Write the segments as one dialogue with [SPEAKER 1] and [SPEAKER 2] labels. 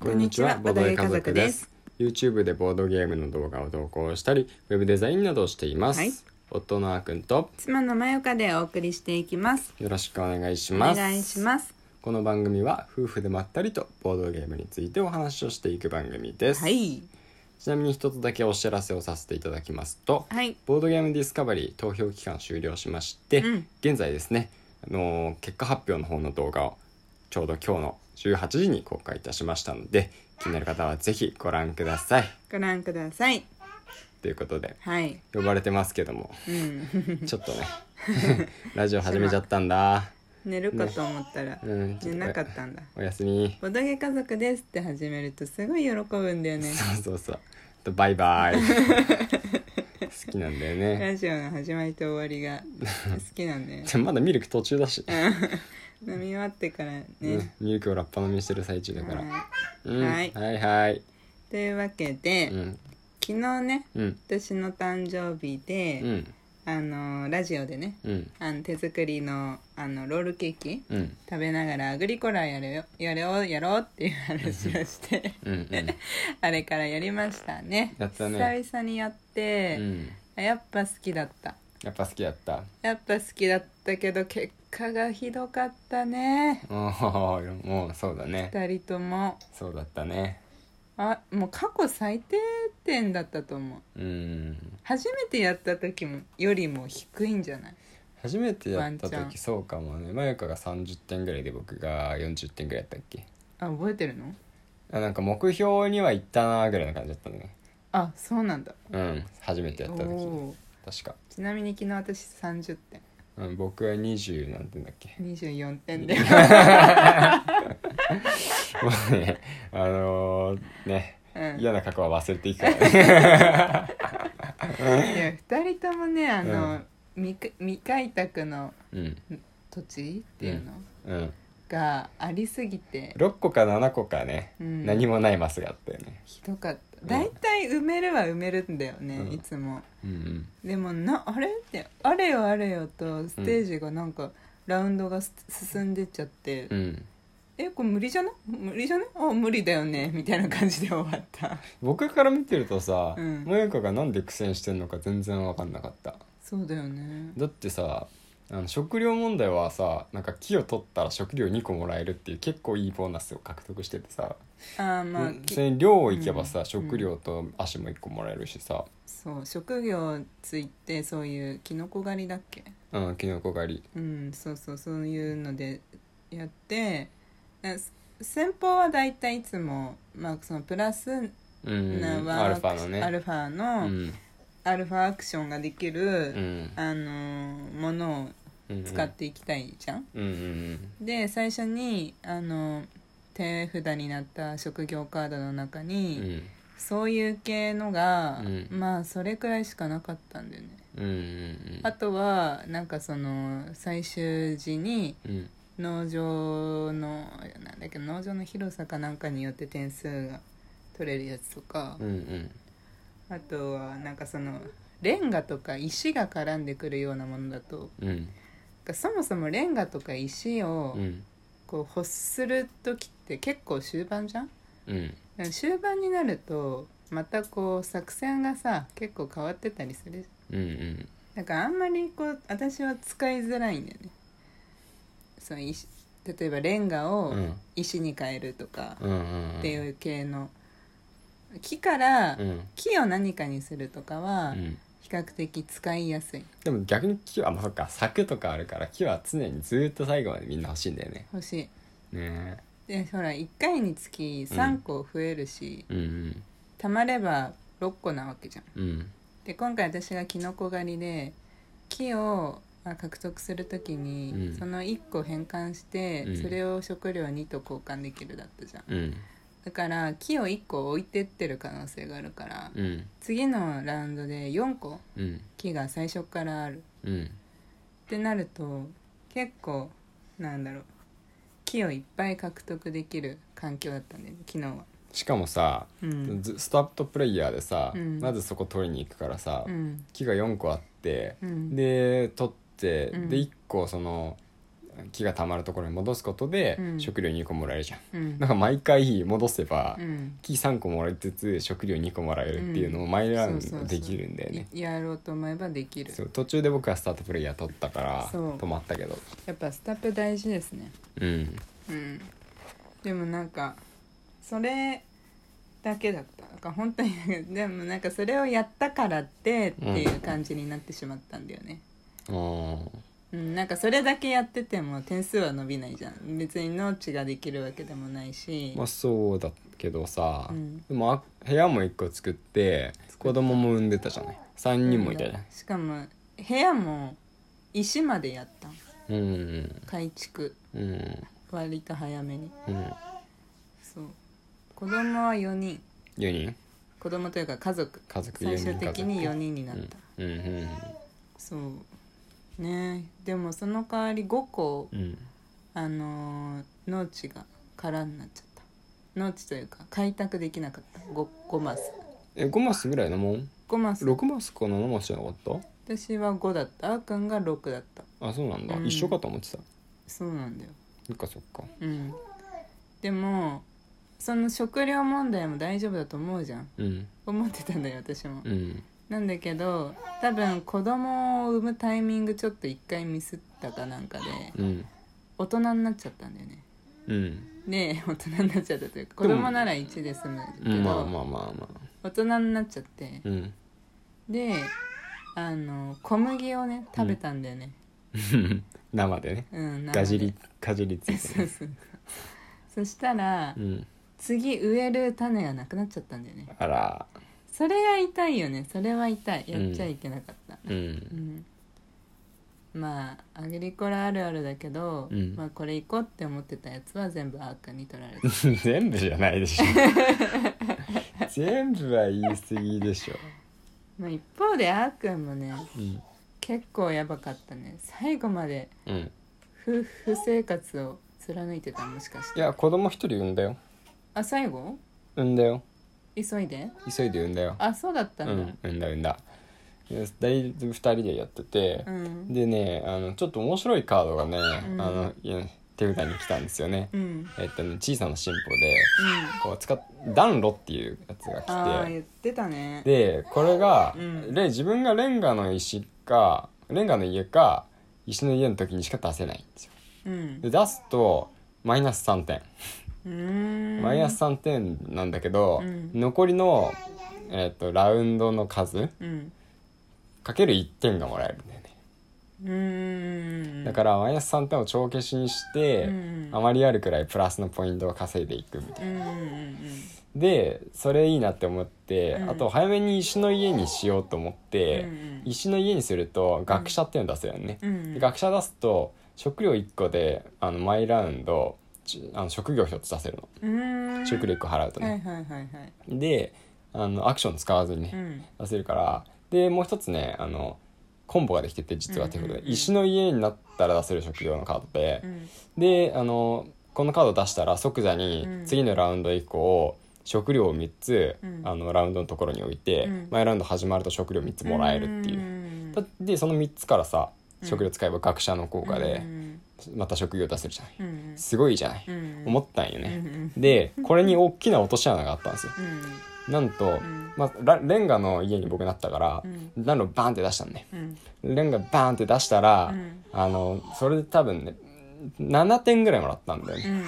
[SPEAKER 1] こんにちはボードゲー家族です。
[SPEAKER 2] YouTube でボードゲームの動画を投稿したり、ウェブデザインなどをしています。
[SPEAKER 1] はい
[SPEAKER 2] 夫のあーくんと
[SPEAKER 1] 妻のまよかでお送りしていきます
[SPEAKER 2] よろしくお願いし
[SPEAKER 1] お
[SPEAKER 2] ます。
[SPEAKER 1] 願いします
[SPEAKER 2] この番組は夫婦でまったりとボードゲームについてお話をしていく番組です。
[SPEAKER 1] はい
[SPEAKER 2] ちなみに一つだけお知らせをさせていただきますと、
[SPEAKER 1] はい
[SPEAKER 2] ボードゲームディスカバリー投票期間終了しまして、
[SPEAKER 1] うん
[SPEAKER 2] 現在ですね、あのー結果発表の方の動画をちょうど今日の18時に公開いたしましたので気になる方はぜひご覧ください
[SPEAKER 1] ご覧ください
[SPEAKER 2] ということで
[SPEAKER 1] はい
[SPEAKER 2] 呼ばれてますけども
[SPEAKER 1] うん
[SPEAKER 2] ちょっとね ラジオ始めちゃったんだ
[SPEAKER 1] 寝るかと思ったら、
[SPEAKER 2] うんちょ
[SPEAKER 1] 寝
[SPEAKER 2] っと
[SPEAKER 1] なかったんだ
[SPEAKER 2] おやすみ
[SPEAKER 1] ボードゲー家族ですって始めるとすごい喜ぶんだよね
[SPEAKER 2] そうそうそうとバイバイ好きなんだよね
[SPEAKER 1] ラジオの始まりと終わりが好きなんだよね
[SPEAKER 2] でもまだミルク途中だし、
[SPEAKER 1] 飲み終わってからね、
[SPEAKER 2] うんミルクをラッパ飲みしてる最中だから、
[SPEAKER 1] は
[SPEAKER 2] うん
[SPEAKER 1] はい
[SPEAKER 2] はいはい
[SPEAKER 1] いというわけで、
[SPEAKER 2] うん
[SPEAKER 1] 昨日ね
[SPEAKER 2] うん
[SPEAKER 1] 私の誕生日で、
[SPEAKER 2] うん
[SPEAKER 1] あのラジオでね
[SPEAKER 2] うん
[SPEAKER 1] あの手作りのあのロールケーキ
[SPEAKER 2] うん
[SPEAKER 1] 食べながらアグリコラやるよやろうやろうっていう話をして
[SPEAKER 2] うんうん
[SPEAKER 1] あれからやりましたね
[SPEAKER 2] やったね
[SPEAKER 1] 久々にやっ
[SPEAKER 2] う
[SPEAKER 1] て、
[SPEAKER 2] ん
[SPEAKER 1] あやっぱ好きだった
[SPEAKER 2] やっぱ好きだった
[SPEAKER 1] やっぱ好きだったけど結果がひどかったね
[SPEAKER 2] おーもうそうだね
[SPEAKER 1] 2人とも
[SPEAKER 2] そうだったね
[SPEAKER 1] あもう過去最低点だったと思う
[SPEAKER 2] うん
[SPEAKER 1] 初めてやった時もよりも低いんじゃない
[SPEAKER 2] 初めてやった
[SPEAKER 1] ワンチャン
[SPEAKER 2] 時そうかもねまゆかが30点ぐらいで僕が40点ぐらいやったっけ
[SPEAKER 1] あ覚えてるの
[SPEAKER 2] あなんか目標には行ったなーぐらいな感じだったね
[SPEAKER 1] あそうなんだ
[SPEAKER 2] うん初めてやった
[SPEAKER 1] お
[SPEAKER 2] 時
[SPEAKER 1] ー
[SPEAKER 2] 確か、
[SPEAKER 1] ちなみに昨日私30点
[SPEAKER 2] うん、僕は20何点だっけ
[SPEAKER 1] 24点で
[SPEAKER 2] もうねあのー、ね
[SPEAKER 1] うん
[SPEAKER 2] 嫌な過去は忘れていくから ね
[SPEAKER 1] いや2人ともねあ
[SPEAKER 2] う
[SPEAKER 1] の、未か未開拓の
[SPEAKER 2] うん
[SPEAKER 1] 土地っていうの、
[SPEAKER 2] うん
[SPEAKER 1] がありすぎて
[SPEAKER 2] 6個か7個かね、
[SPEAKER 1] うん
[SPEAKER 2] 何もないマスがあったよね
[SPEAKER 1] ひどかった
[SPEAKER 2] ん
[SPEAKER 1] 大体埋めるは埋めるんだよね、
[SPEAKER 2] うん
[SPEAKER 1] いつも
[SPEAKER 2] うんうん
[SPEAKER 1] でもなあれってあれよあれよとステージがなんか、ラウンドがす進んでっちゃって、
[SPEAKER 2] うん
[SPEAKER 1] えこれ無理じゃない無理じゃないあ無理だよねみたいな感じで終わった
[SPEAKER 2] 僕から見てるとさ
[SPEAKER 1] うん
[SPEAKER 2] 萌香、がなんで苦戦してんのか全然分かんなかった
[SPEAKER 1] そうだよね
[SPEAKER 2] だってさあの食料問題はさなんか木を取ったら食料2個もらえるっていう結構いいボーナスを獲得しててさ、
[SPEAKER 1] あーまあ、
[SPEAKER 2] うん
[SPEAKER 1] き
[SPEAKER 2] それに量行けばさ、
[SPEAKER 1] うん
[SPEAKER 2] 食料と足も1個もらえるしさ
[SPEAKER 1] そう職業ついてそういうキノコ狩りだっけ
[SPEAKER 2] うんキノコ狩り
[SPEAKER 1] うんそうそうそういうのでやってな先方は大体いつも、まあ、そのプラス
[SPEAKER 2] うん
[SPEAKER 1] な
[SPEAKER 2] アル
[SPEAKER 1] ワ
[SPEAKER 2] フ
[SPEAKER 1] ー
[SPEAKER 2] ァ
[SPEAKER 1] アク
[SPEAKER 2] の
[SPEAKER 1] シ
[SPEAKER 2] ね
[SPEAKER 1] アルファ
[SPEAKER 2] う
[SPEAKER 1] の
[SPEAKER 2] ん
[SPEAKER 1] アルファアクションができる、
[SPEAKER 2] うん
[SPEAKER 1] あのーもの
[SPEAKER 2] うん
[SPEAKER 1] を使っていきたいじゃん、
[SPEAKER 2] うんうん
[SPEAKER 1] で最初にあのー手札になった職業カードの中
[SPEAKER 2] う
[SPEAKER 1] に、
[SPEAKER 2] ん
[SPEAKER 1] そういう系のが、
[SPEAKER 2] うん
[SPEAKER 1] まあそれくらいしかなかったんだよね、
[SPEAKER 2] うんうんうん
[SPEAKER 1] あとはなんかその最終時に
[SPEAKER 2] うん
[SPEAKER 1] 農場のなんだっけ農場の広さかなんかによって点数が取れるやつとか
[SPEAKER 2] う、んうん
[SPEAKER 1] あとはなんかそのレンガとか石が絡んでくるようなものだと
[SPEAKER 2] うん
[SPEAKER 1] そもそもレンガとか石を
[SPEAKER 2] うん
[SPEAKER 1] こう欲する時って結構終盤じゃん
[SPEAKER 2] うん
[SPEAKER 1] だから終盤になるとまたこう作戦がさ結構変わってたりする
[SPEAKER 2] うんうん
[SPEAKER 1] だからあんまりこう私は使いづらいんだよねその石例えばレンガを
[SPEAKER 2] うん
[SPEAKER 1] 石に変えるとか、
[SPEAKER 2] うんうん
[SPEAKER 1] っていう系の木から
[SPEAKER 2] うん
[SPEAKER 1] 木を何かにするとか
[SPEAKER 2] う
[SPEAKER 1] は
[SPEAKER 2] ん
[SPEAKER 1] 比較的使いやすい
[SPEAKER 2] でも逆に木はまあそっか柵とかあるから木は常にずーっと最後までみんな欲しいんだよね
[SPEAKER 1] 欲しい
[SPEAKER 2] ね
[SPEAKER 1] でほら1回につき3個増えるし、
[SPEAKER 2] えうん
[SPEAKER 1] たまれば6個なわけじゃん
[SPEAKER 2] うんうん
[SPEAKER 1] で今回私がキノコ狩りで木をあ獲得するときに、
[SPEAKER 2] うん
[SPEAKER 1] その1個変換して、
[SPEAKER 2] うん
[SPEAKER 1] それを食料2と交換できるだったじゃん
[SPEAKER 2] うん
[SPEAKER 1] だから木を1個置いてってる可能性があるから、
[SPEAKER 2] うん
[SPEAKER 1] 次のラウンドで4個
[SPEAKER 2] うん
[SPEAKER 1] 木が最初からある
[SPEAKER 2] うん
[SPEAKER 1] ってなると結構なんだろう木をいっぱい獲得できる環境だったんだよね昨日は
[SPEAKER 2] しかもさ、
[SPEAKER 1] うん
[SPEAKER 2] ずスタートプレイヤーでさ、
[SPEAKER 1] うん
[SPEAKER 2] まずそこ取りに行くからさ、
[SPEAKER 1] うん
[SPEAKER 2] 木が4個あって、
[SPEAKER 1] うん
[SPEAKER 2] で取って、
[SPEAKER 1] うん
[SPEAKER 2] で1個その木がたまるところに戻すことで、
[SPEAKER 1] うん
[SPEAKER 2] 食料2個もらえるじゃん
[SPEAKER 1] うん
[SPEAKER 2] なんか毎回戻せば、
[SPEAKER 1] うん
[SPEAKER 2] 木3個もらいつつ食料2個もらえるっていうのを毎ラ
[SPEAKER 1] う
[SPEAKER 2] ウ
[SPEAKER 1] んそうそ
[SPEAKER 2] ン
[SPEAKER 1] うそう
[SPEAKER 2] ドできるんだよね、
[SPEAKER 1] いやろうと思えばできる
[SPEAKER 2] そう途中で僕はスタートプレイヤー取ったから
[SPEAKER 1] そう
[SPEAKER 2] 止まったけど
[SPEAKER 1] やっぱスタップ大事ですね
[SPEAKER 2] うん
[SPEAKER 1] うんでもなんかそれだけだったなんか本当に でもなんかそれをやったからってっていう感じになってしまったんだよね、
[SPEAKER 2] あー
[SPEAKER 1] うん、なんかそれだけやってても点数は伸びないじゃん別に農地ができるわけでもないし、
[SPEAKER 2] まあそうだけどさ、
[SPEAKER 1] うん
[SPEAKER 2] でもあ部屋も1個作って子供も産んでたじゃない3人もいたじゃない
[SPEAKER 1] しかも部屋も石までやった
[SPEAKER 2] うん
[SPEAKER 1] 改築
[SPEAKER 2] うん
[SPEAKER 1] 割と早めに
[SPEAKER 2] うん
[SPEAKER 1] そう子供は4人
[SPEAKER 2] 4人
[SPEAKER 1] 子供というか家族
[SPEAKER 2] 家族
[SPEAKER 1] 最終的に
[SPEAKER 2] 4
[SPEAKER 1] 4
[SPEAKER 2] 人
[SPEAKER 1] 人に
[SPEAKER 2] 家
[SPEAKER 1] なっ
[SPEAKER 2] 族
[SPEAKER 1] た、
[SPEAKER 2] うんうん
[SPEAKER 1] そうねでもその代わり5個
[SPEAKER 2] うんうん
[SPEAKER 1] あのー農地が空になっちゃった農地というか開拓できなかった 5, 5マス
[SPEAKER 2] え5マスぐらいのもん
[SPEAKER 1] 5マス
[SPEAKER 2] 6マスか7マスじゃなかっ
[SPEAKER 1] 私は5だったあーくんが6だった
[SPEAKER 2] たあそうなんだ、
[SPEAKER 1] うん
[SPEAKER 2] 一緒かと思ってた
[SPEAKER 1] そうなんだよ
[SPEAKER 2] そっかそっか
[SPEAKER 1] うんでもその食料問題も大丈夫だと思うじゃん
[SPEAKER 2] うん
[SPEAKER 1] 思ってたんだよ私も
[SPEAKER 2] うん
[SPEAKER 1] なんだけど多分子供を産むタイミングちょっと一回ミスったかなんかで
[SPEAKER 2] うん
[SPEAKER 1] 大人になっちゃったんだよね
[SPEAKER 2] うん
[SPEAKER 1] で大人になっちゃったというか子
[SPEAKER 2] でも
[SPEAKER 1] 供なら1で済むけ
[SPEAKER 2] う
[SPEAKER 1] ど、
[SPEAKER 2] んまあまあまあまあ
[SPEAKER 1] 大人になっちゃって
[SPEAKER 2] うん
[SPEAKER 1] であの小麦をね食べたんだよね、
[SPEAKER 2] 生でね
[SPEAKER 1] うん生で
[SPEAKER 2] ガジリかじりついて
[SPEAKER 1] そう
[SPEAKER 2] ね
[SPEAKER 1] そうそうそしたら、
[SPEAKER 2] うん
[SPEAKER 1] 次植える種がなくなっちゃったんだよね
[SPEAKER 2] あら
[SPEAKER 1] それは痛いよねそれは痛いやっちゃいけなかった、
[SPEAKER 2] う
[SPEAKER 1] うんんまあアグリコラあるあるだけど、
[SPEAKER 2] うん
[SPEAKER 1] まあ、これ行こうって思ってたやつは全部あーくんに取 られた
[SPEAKER 2] 全部じゃないでしょ全部は言い過ぎでしょ、
[SPEAKER 1] まあ一方であーくんもね
[SPEAKER 2] うん
[SPEAKER 1] 結構やばかったね最後まで
[SPEAKER 2] うん、
[SPEAKER 1] 夫婦生活を貫いてたもしかし
[SPEAKER 2] い
[SPEAKER 1] て
[SPEAKER 2] や子供一人産んだよ
[SPEAKER 1] あ最後
[SPEAKER 2] 産んだよ
[SPEAKER 1] 急いで
[SPEAKER 2] 急いで産んだよ
[SPEAKER 1] あそうだった
[SPEAKER 2] うん
[SPEAKER 1] だ
[SPEAKER 2] ん産んだ産んだでだいぶ二人でやってて
[SPEAKER 1] う、ん
[SPEAKER 2] でねあのちょっと面白いカードがね、
[SPEAKER 1] ん
[SPEAKER 2] あのいや手札に来たんですよね、
[SPEAKER 1] うんうん
[SPEAKER 2] えっとね小さな進歩でこう使っ暖炉っていうやつが
[SPEAKER 1] ああ
[SPEAKER 2] 来
[SPEAKER 1] 言ってたね
[SPEAKER 2] てでこれが、
[SPEAKER 1] うん
[SPEAKER 2] で自分がレンガの石かレンガの家か石の家の時にしか出せないんですよ
[SPEAKER 1] うん
[SPEAKER 2] で出すとマイナス3点
[SPEAKER 1] うーん
[SPEAKER 2] マイナス3点なんだけど、
[SPEAKER 1] うん
[SPEAKER 2] 残りの、えっとラウンドの数
[SPEAKER 1] うん
[SPEAKER 2] かける1点がもらえるんだよね
[SPEAKER 1] うーん
[SPEAKER 2] だからマイナス3点を帳消しにして、
[SPEAKER 1] うんうん
[SPEAKER 2] あまりあるくらいプラスのポイントを稼いでいくみたいな
[SPEAKER 1] うんうんうん
[SPEAKER 2] でそれいいなって思って、
[SPEAKER 1] うん
[SPEAKER 2] あと早めに石の家にしようと思って、
[SPEAKER 1] うんうん
[SPEAKER 2] 石の家にすると学者っていうの出せるよね、
[SPEAKER 1] うんうん
[SPEAKER 2] で学者出すと食料1個であの毎ラウンドちあの職業1つ出せるの、
[SPEAKER 1] うーん
[SPEAKER 2] 食料1個払うと
[SPEAKER 1] はい
[SPEAKER 2] ね、
[SPEAKER 1] はいはいはい
[SPEAKER 2] であのアクション使わずに
[SPEAKER 1] う
[SPEAKER 2] ね、
[SPEAKER 1] ん
[SPEAKER 2] 出せるからでもう一つねあのコンボができてて実はってことで、
[SPEAKER 1] うんうんうん
[SPEAKER 2] 石の家になったら出せる職業のカードで、
[SPEAKER 1] うん
[SPEAKER 2] であのこのカード出したら即座に
[SPEAKER 1] うん
[SPEAKER 2] 次のラウンド以降、食料を3つ、
[SPEAKER 1] うん
[SPEAKER 2] あのラウンドのところに置いて、
[SPEAKER 1] うん
[SPEAKER 2] 毎ラウンド始まると食料3つもらえるっていう、
[SPEAKER 1] うん
[SPEAKER 2] だでその3つからさ
[SPEAKER 1] うん
[SPEAKER 2] 食料使えば学者の効果で
[SPEAKER 1] うん
[SPEAKER 2] また食料出せるじゃない、
[SPEAKER 1] うんうん
[SPEAKER 2] すごいじゃない、
[SPEAKER 1] うん
[SPEAKER 2] 思ったんよ
[SPEAKER 1] うんう
[SPEAKER 2] ね、
[SPEAKER 1] ん
[SPEAKER 2] でこれに大きな落とし穴があったんですよなんと、
[SPEAKER 1] ん
[SPEAKER 2] まあ、ラレンガの家に僕なったから、
[SPEAKER 1] うん
[SPEAKER 2] 暖炉バーンって出したんね
[SPEAKER 1] うんうん
[SPEAKER 2] レンガバーンって出したら、
[SPEAKER 1] うん
[SPEAKER 2] あのそれで多分ね7点ぐらいもらったんだよね、
[SPEAKER 1] うん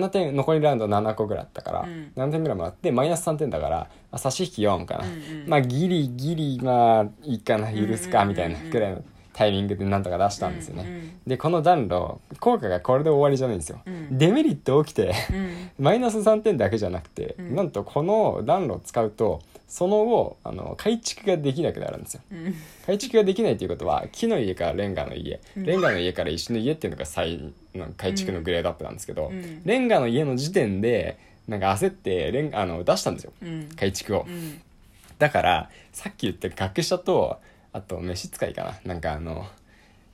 [SPEAKER 2] 7点残りラウンド7個ぐらいあったから、
[SPEAKER 1] うん
[SPEAKER 2] 7点ぐらいもらってマイナス3点だからあ差し引き4かな、
[SPEAKER 1] うんうん
[SPEAKER 2] まあギリギリまあいいかな許すか
[SPEAKER 1] うんう
[SPEAKER 2] み
[SPEAKER 1] んう
[SPEAKER 2] た
[SPEAKER 1] んうん
[SPEAKER 2] いなぐらいのタイミングでなんとか出したんですよね、
[SPEAKER 1] うんうん
[SPEAKER 2] でこの暖炉効果がこれで終わりじゃないんですよ、
[SPEAKER 1] うん
[SPEAKER 2] デメリット起きて
[SPEAKER 1] うん
[SPEAKER 2] マイナス3点だけじゃなくて、
[SPEAKER 1] うん
[SPEAKER 2] なんとこの暖炉を使うとその後あの改築ができなくなるんですよ
[SPEAKER 1] うん
[SPEAKER 2] 改築ができないということは木の家からレンガの家、
[SPEAKER 1] うん
[SPEAKER 2] レンガの家から石の家っていうのが最の改築のグレードアップなんですけど、
[SPEAKER 1] うん
[SPEAKER 2] レンガの家の時点でなんか焦ってレンあの出したんですよ
[SPEAKER 1] うん
[SPEAKER 2] 改築を、
[SPEAKER 1] うん
[SPEAKER 2] だからさっき言ってる学者とあと飯使いかななんかあの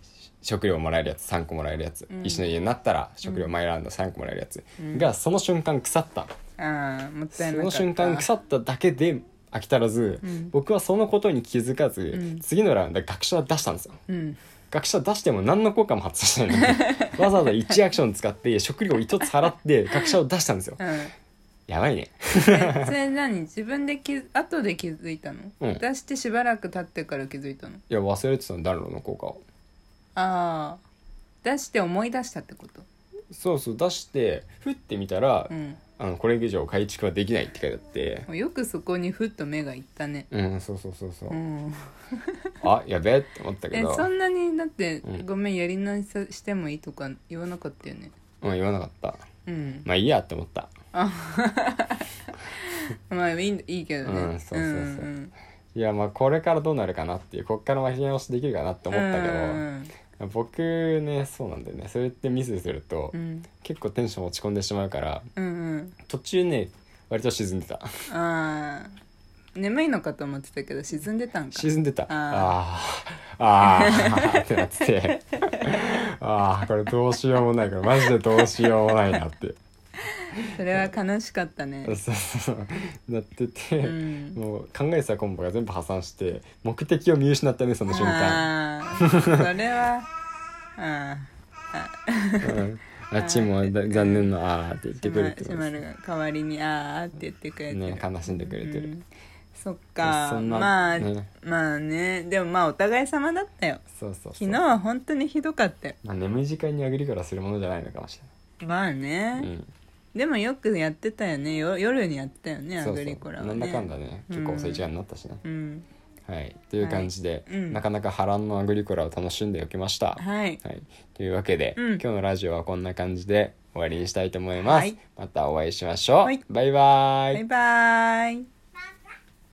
[SPEAKER 2] し食料もらえるやつ3個もらえるやつ、
[SPEAKER 1] うん
[SPEAKER 2] 石の家になったら食料マイラウンド3個もらえるやつ、
[SPEAKER 1] うん
[SPEAKER 2] がその瞬間腐ったの
[SPEAKER 1] ああもっ
[SPEAKER 2] そ
[SPEAKER 1] たいなか
[SPEAKER 2] の
[SPEAKER 1] った
[SPEAKER 2] 瞬間腐っただけで飽き足らず、
[SPEAKER 1] うん
[SPEAKER 2] 僕はそのことに気づかず、
[SPEAKER 1] うん
[SPEAKER 2] 次のラウンドで学者を出したんですよ
[SPEAKER 1] うん
[SPEAKER 2] 学者出しても何の効果も発生しないのにわざわざ1アクション使って食料1つ払って学者を出したんですよ
[SPEAKER 1] うん
[SPEAKER 2] やばいね
[SPEAKER 1] えそれ何自分で気づ後で気づいたの、
[SPEAKER 2] うん
[SPEAKER 1] 出してしばらく経ってから気づいたの
[SPEAKER 2] いや忘れてたの暖炉の効果を
[SPEAKER 1] ああ出して思い出したってこと
[SPEAKER 2] そうそう出してふってみたら、
[SPEAKER 1] うん
[SPEAKER 2] あのこれ以上改築はできないって書いてあって
[SPEAKER 1] よくそこにふっと目がいったね
[SPEAKER 2] うんそうそうそうそう、
[SPEAKER 1] うん
[SPEAKER 2] あやべえって思ったけ
[SPEAKER 1] え
[SPEAKER 2] ど
[SPEAKER 1] そんなにだって、
[SPEAKER 2] うん
[SPEAKER 1] ごめんやり直さしてもいいとか言わなかったよね
[SPEAKER 2] うん言わなかった
[SPEAKER 1] うん
[SPEAKER 2] まあいいやって思った
[SPEAKER 1] まあいいいいけどね
[SPEAKER 2] うんそうそうそうんいやまあこれからどうなるかなっていうこっから巻き直しできるかなって思ったけど、
[SPEAKER 1] うん
[SPEAKER 2] 僕ねそうなんだよねそれってミスすると、
[SPEAKER 1] うん
[SPEAKER 2] 結構テンション落ち込んでしまうから
[SPEAKER 1] うん
[SPEAKER 2] 途中ね割と沈ん でた
[SPEAKER 1] うんああ眠いのかと思ってたけど沈んでたんか
[SPEAKER 2] 沈んでた
[SPEAKER 1] あ
[SPEAKER 2] あーあー ってなっててああこれどうしようもないこれマジでどうしようもないな って
[SPEAKER 1] それは悲しかったね
[SPEAKER 2] そうそうそうなってて、
[SPEAKER 1] うん
[SPEAKER 2] もう考えてたコンボが全部破産して目的を見失ったねその瞬間
[SPEAKER 1] あーそれはあ
[SPEAKER 2] うんあっちもだ残念なあーって言って
[SPEAKER 1] ー
[SPEAKER 2] くれ
[SPEAKER 1] しま
[SPEAKER 2] て
[SPEAKER 1] しまるが代わりに「あー」って言ってくれてる、
[SPEAKER 2] ね悲しんでくれて
[SPEAKER 1] う
[SPEAKER 2] る、
[SPEAKER 1] んそっか
[SPEAKER 2] そんな
[SPEAKER 1] まあ、
[SPEAKER 2] ね
[SPEAKER 1] まあねでもまあお互い様だったよ
[SPEAKER 2] そうそうそう
[SPEAKER 1] 昨日は本当にひどかったよ
[SPEAKER 2] まあ、眠い時間にアグリコラするものじゃないのかもし
[SPEAKER 1] まあ
[SPEAKER 2] れ
[SPEAKER 1] ね、
[SPEAKER 2] ない、うん、
[SPEAKER 1] でもよくやってたよねよ夜にやってたよねア
[SPEAKER 2] そう
[SPEAKER 1] グ
[SPEAKER 2] そう
[SPEAKER 1] リコラは、ね、
[SPEAKER 2] なんだかんだね結構遅い時間になったしね、
[SPEAKER 1] うん
[SPEAKER 2] はいという感じで、
[SPEAKER 1] はいうん
[SPEAKER 2] なかなか波乱のアグリコラを楽しんでおきました、
[SPEAKER 1] はい
[SPEAKER 2] はい、というわけで、
[SPEAKER 1] うん
[SPEAKER 2] 今日のラジオはこんな感じで終わりにしたいと思います、
[SPEAKER 1] はい
[SPEAKER 2] またお会いしましょう、
[SPEAKER 1] はい
[SPEAKER 2] バイバイ
[SPEAKER 1] バイバーイ